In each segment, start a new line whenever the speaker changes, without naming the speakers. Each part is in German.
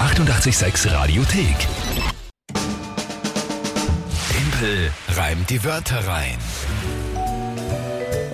886 Radiothek. Tempel reimt die Wörter rein.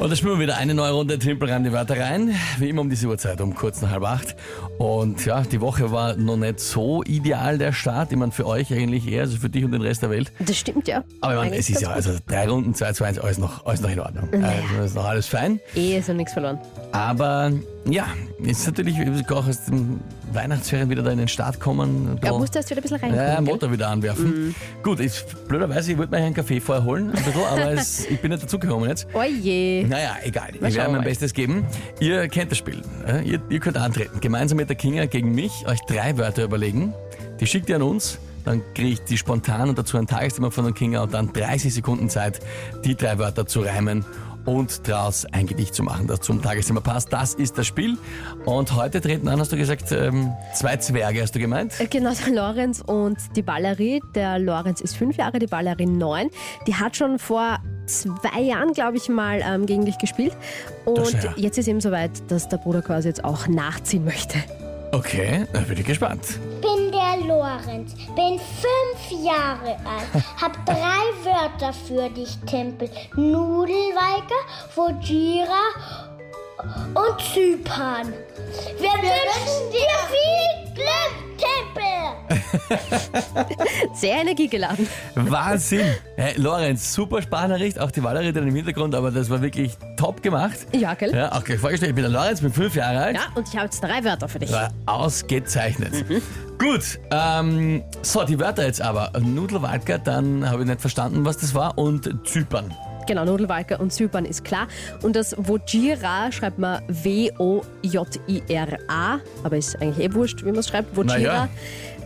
Und da spielen wir wieder eine neue Runde Timpel rein die Wörter rein. Wie immer um diese Uhrzeit, um kurz nach halb acht. Und ja, die Woche war noch nicht so ideal der Start. Ich meine, für euch eigentlich eher, also für dich und den Rest der Welt.
Das stimmt ja.
Aber ich meine,
Eigentlich
es ist ja,
ganz
also drei Runden, zwei, zwei, eins, alles noch, alles noch in Ordnung. Also ist noch alles fein.
gut. Eh ist ja nichts verloren.
Aber ja, jetzt natürlich auch aus den Weihnachtsferien wieder da in den Start kommen.
Ja, musst du erst wieder ein bisschen reinkommen.
ja,
gell? Mhm.
Motor wieder anwerfen. Gut, ich, blöderweise, ich wollte mir einen Kaffee vorher holen, ein bisschen, aber es, ich bin nicht dazugekommen jetzt.
Oh je.
Naja, egal. Ich
schauen
werde
wir
mein
mal.
Bestes geben. Ihr kennt das Spiel. ja? Ihr, ihr könnt antreten. Gemeinsam mit der Kinga gegen mich euch drei Wörter überlegen. Die schickt ihr an uns. Dann kriege ich die spontan und dazu ein Tagesthema von der Kinga und dann 30 Sekunden Zeit, die drei Wörter zu reimen und daraus ein Gedicht zu machen, das zum Tagesthema passt. Das ist das Spiel. Und heute treten an, hast du gesagt, ähm, zwei Zwerge, hast du gemeint?
Genau, der Lorenz und die Valerie. Der Lorenz ist fünf Jahre, die Valerie neun. Die hat schon vor zwei Jahren, glaube ich, mal ähm, gegen dich gespielt. Und
schau her.
jetzt ist eben soweit, dass der Bruder quasi jetzt auch nachziehen möchte.
Okay, dann bin ich gespannt.
bin der Lorenz, bin fünf Jahre alt, hab drei Wörter für dich, Tempel. Nudelweiger, Vojira und Zypern. Wir, wünschen dir viel Glück, Tempel!
Sehr energiegeladen.
Wahnsinn! Hey, Lorenz, super Sprachnachricht, auch die Valerie dann im Hintergrund, aber das war wirklich top gemacht.
Ja, gell?
Ja, auch gleich vorgestellt, ich bin der Lorenz, bin fünf Jahre alt.
Ja, Mhm. und ich habe jetzt drei Wörter für dich.
War ausgezeichnet. Gut, ähm, so, die Wörter jetzt aber. Nudelwalker, dann habe ich nicht verstanden, was das war, und Zypern.
Genau, Nudelwalker und Zypern ist klar. Und das Wojira schreibt man W-O-J-I-R-A, aber ist eigentlich eh wurscht, wie man es schreibt. Wojira,
Naja.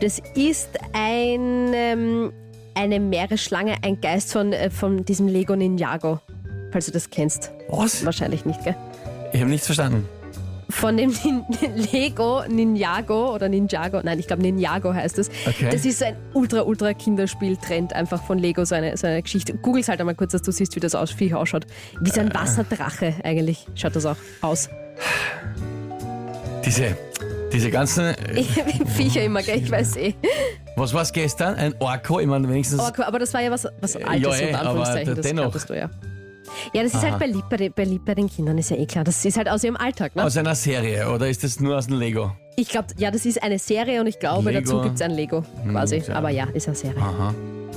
das ist ein, ähm, eine Meeresschlange, ein Geist von, äh, von diesem Lego Ninjago. Falls du das kennst.
Was?
Wahrscheinlich nicht, gell?
Ich habe nichts verstanden.
Von dem Nin Lego Ninjago oder Ninjago, nein, ich glaube Ninjago heißt es.
Okay.
Das ist so ein ultra, ultra Kinderspiel-Trend einfach von Lego, so eine, so eine Geschichte. Google's halt einmal kurz, dass du siehst, wie das aus, Viech ausschaut. Wie so ein
Ah.
Wasserdrache eigentlich schaut das auch aus.
Diese, diese ganzen, äh,
Ich hab Viecher immer, gell? Ich weiß eh.
was war es gestern? Ein Orko? Ich meine, wenigstens.
Aber, aber das war ja was, was Altes,
Ja, eh,
unter
aber
Anführungszeichen, das
dennoch.
kanntest du ja. Ja, das ist halt bei lieb, bei, den- bei lieb bei den Kindern, ist ja eh klar. Das ist halt aus ihrem Alltag, ne?
Aus einer Serie, oder ist das nur aus dem Lego?
Ich glaube, ja, das ist eine Serie und ich glaube,
Lego.
dazu gibt es ein Lego quasi.
tja.
Aber ja, ist eine Serie.
Aha.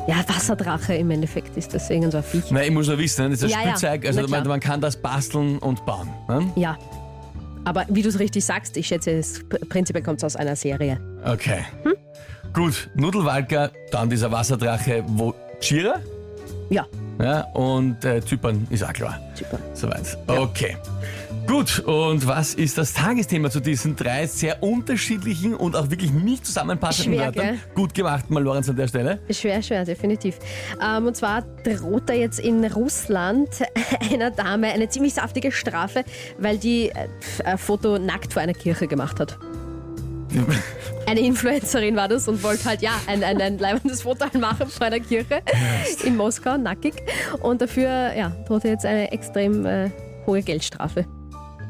Ja, Wasserdrache im Endeffekt ist das irgend so ein Viech.
Nein, ich muss nur wissen, ne? das ist ein
Ja, ja,
Spielzeug,
na
also
klar.
man, man kann das basteln und bauen. Ne?
Ja. Aber wie du es richtig sagst, ich schätze, es prinzipiell kommt es aus einer Serie.
Okay.
Hm?
Gut, Nudelwalker, dann dieser Wasserdrache Wojira
Ja,
ja, und äh, Zypern ist auch klar.
super.
Soweit. Okay. Gut, und was ist das Tagesthema zu diesen drei sehr unterschiedlichen und auch wirklich nicht zusammenpassenden
Schwer,
Wörtern?
gell?
Gut gemacht, mal Lorenz an der Stelle.
Schwer, schwer, definitiv. Ähm, und zwar droht da jetzt in Russland einer Dame eine ziemlich saftige Strafe, weil die äh, pf- ein Foto nackt vor einer Kirche gemacht hat. Eine Influencerin war das und wollte halt, ja, ein, ein, ein leibendes Foto machen vor einer Kirche in Moskau, nackig. Und dafür, ja, droht ihr jetzt eine extrem äh, hohe Geldstrafe.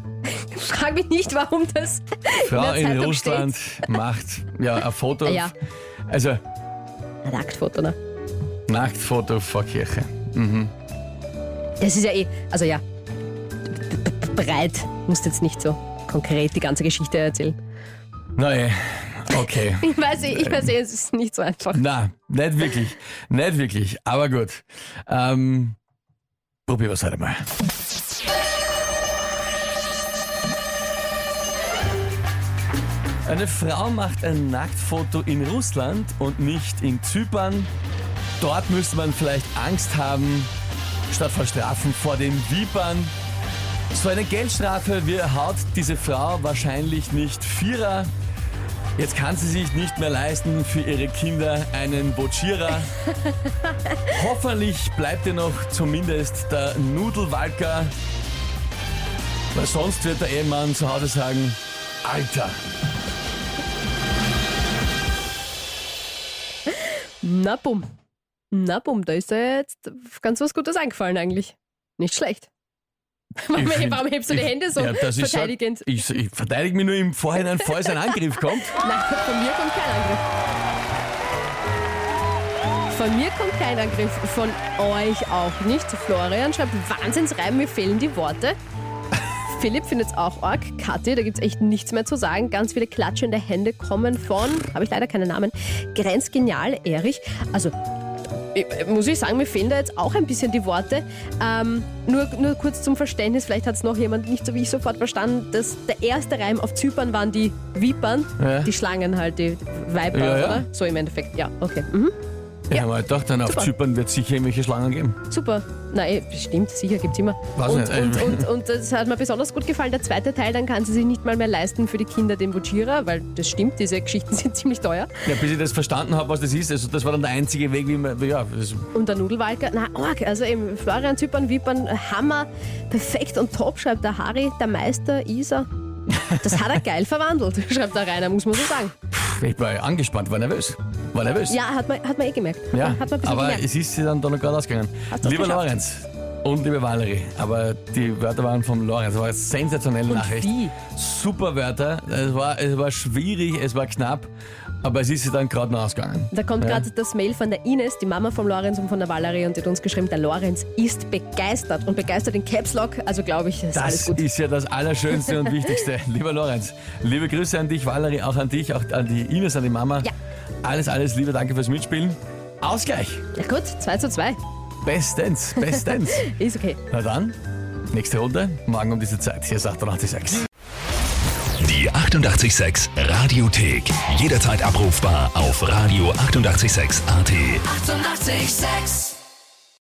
Frag mich nicht, warum das
Frau
in der
in
Zeitung
Russland macht ja ein Foto.
Ah, Ja.
Also
Ein Nacktfoto, ne?
Nacktfoto vor Kirche.
Das ist ja eh, also ja, b- b- breit. Musst jetzt nicht so konkret die ganze Geschichte erzählen.
Naja, eh, okay.
Ich weiß eh, ich weiß eh, es ist nicht so einfach.
Na, nicht wirklich. nicht wirklich. Aber gut. Ähm, probieren wir es heute mal. Eine Frau macht ein Nacktfoto in Russland und nicht in Zypern. Dort müsste man vielleicht Angst haben, statt vor Strafen vor den Vipern. So eine Geldstrafe wir haut diese Frau wahrscheinlich nicht Vierer, Jetzt kann sie sich nicht mehr leisten für ihre Kinder einen Bocira. Hoffentlich bleibt ihr noch zumindest der Nudelwalker. Weil sonst wird der Ehemann zu Hause sagen, Alter.
Na bumm. Na bumm, da ist ja jetzt ganz was Gutes eingefallen eigentlich. Nicht schlecht. Warum,
Ich find-
warum hebst du die
ich-
Hände so
Ja, dass ich sag-
verteidigend?
Ich, ich verteidige mich nur im Vorhinein, falls ein Angriff kommt.
Nein, von mir kommt kein Angriff. Von mir kommt kein Angriff, von euch auch nicht. Florian schreibt Wahnsinnsreim, mir fehlen die Worte. Philipp findet es auch arg. Kathi, da gibt es echt nichts mehr zu sagen. Ganz viele klatschende Hände kommen von, habe ich leider keinen Namen, grenzgenial Erich. Also, ich- muss ich sagen, mir fehlen da jetzt auch ein bisschen die Worte. Ähm, nur, nur kurz zum Verständnis, vielleicht hat es noch jemand nicht so wie ich sofort verstanden, dass der erste Reim auf Zypern waren die Vipern,
Ja.
die Schlangen halt, die Weiber,
Ja, ja.
oder? So im Endeffekt, ja, okay. Mhm.
Ich habe mir gedacht, dann auf
Super.
Zypern wird es sicher irgendwelche Schlangen geben.
Super. Nein, stimmt, sicher gibt's immer.
Weiß
und,
nicht, äh,
und, und, und das hat mir besonders gut gefallen. Der zweite Teil, dann kann sie sich nicht mal mehr leisten für die Kinder den Vujira, weil das stimmt, diese Geschichten sind ziemlich teuer.
Ja, bis ich das verstanden habe, was das ist. Also das war dann der einzige Weg, wie man. Ja, das,
Und der Nudelwalker, na, arg, also eben Florian, Zypern, Wippern, Hammer, perfekt und top, schreibt der Harry, der Meister, Isa. Das hat er geil verwandelt, schreibt der Rainer, muss man so sagen.
pff, ich war angespannt, war nervös. War nervös.
Ja, hat man, hat man eh gemerkt. Hat
Ja,
man, hat man ein bisschen
aber
gemerkt.
es ist sie dann doch noch gerade ausgegangen.
Hast du's
Lieber
geschafft.
Lorenz und liebe Valerie, aber die Wörter waren von Lorenz. Das war eine sensationelle
Und
Nachricht.
wie?
Super Wörter. Es war, es war schwierig, es war knapp, aber es ist sie dann gerade noch ausgegangen.
Da kommt
Ja.
gerade das Mail von der Ines, die Mama von Lorenz und von der Valerie und die hat uns geschrieben, der Lorenz ist begeistert und begeistert in Caps Lock, also glaube ich, ist alles
Das
gut.
ist ja das Allerschönste und Wichtigste. Lieber Lorenz, liebe Grüße an dich, Valerie, auch an dich, auch an die Ines, an die Mama.
Ja.
Alles, alles Liebe, danke fürs Mitspielen. Ausgleich.
Ja gut, 2 zu 2,
Bestens, bestens.
ist okay.
Na dann, nächste Runde, morgen um diese Zeit. Hier ist 886.
Die 886 Radiothek. Jederzeit abrufbar auf radio886.at. 886! 886.
886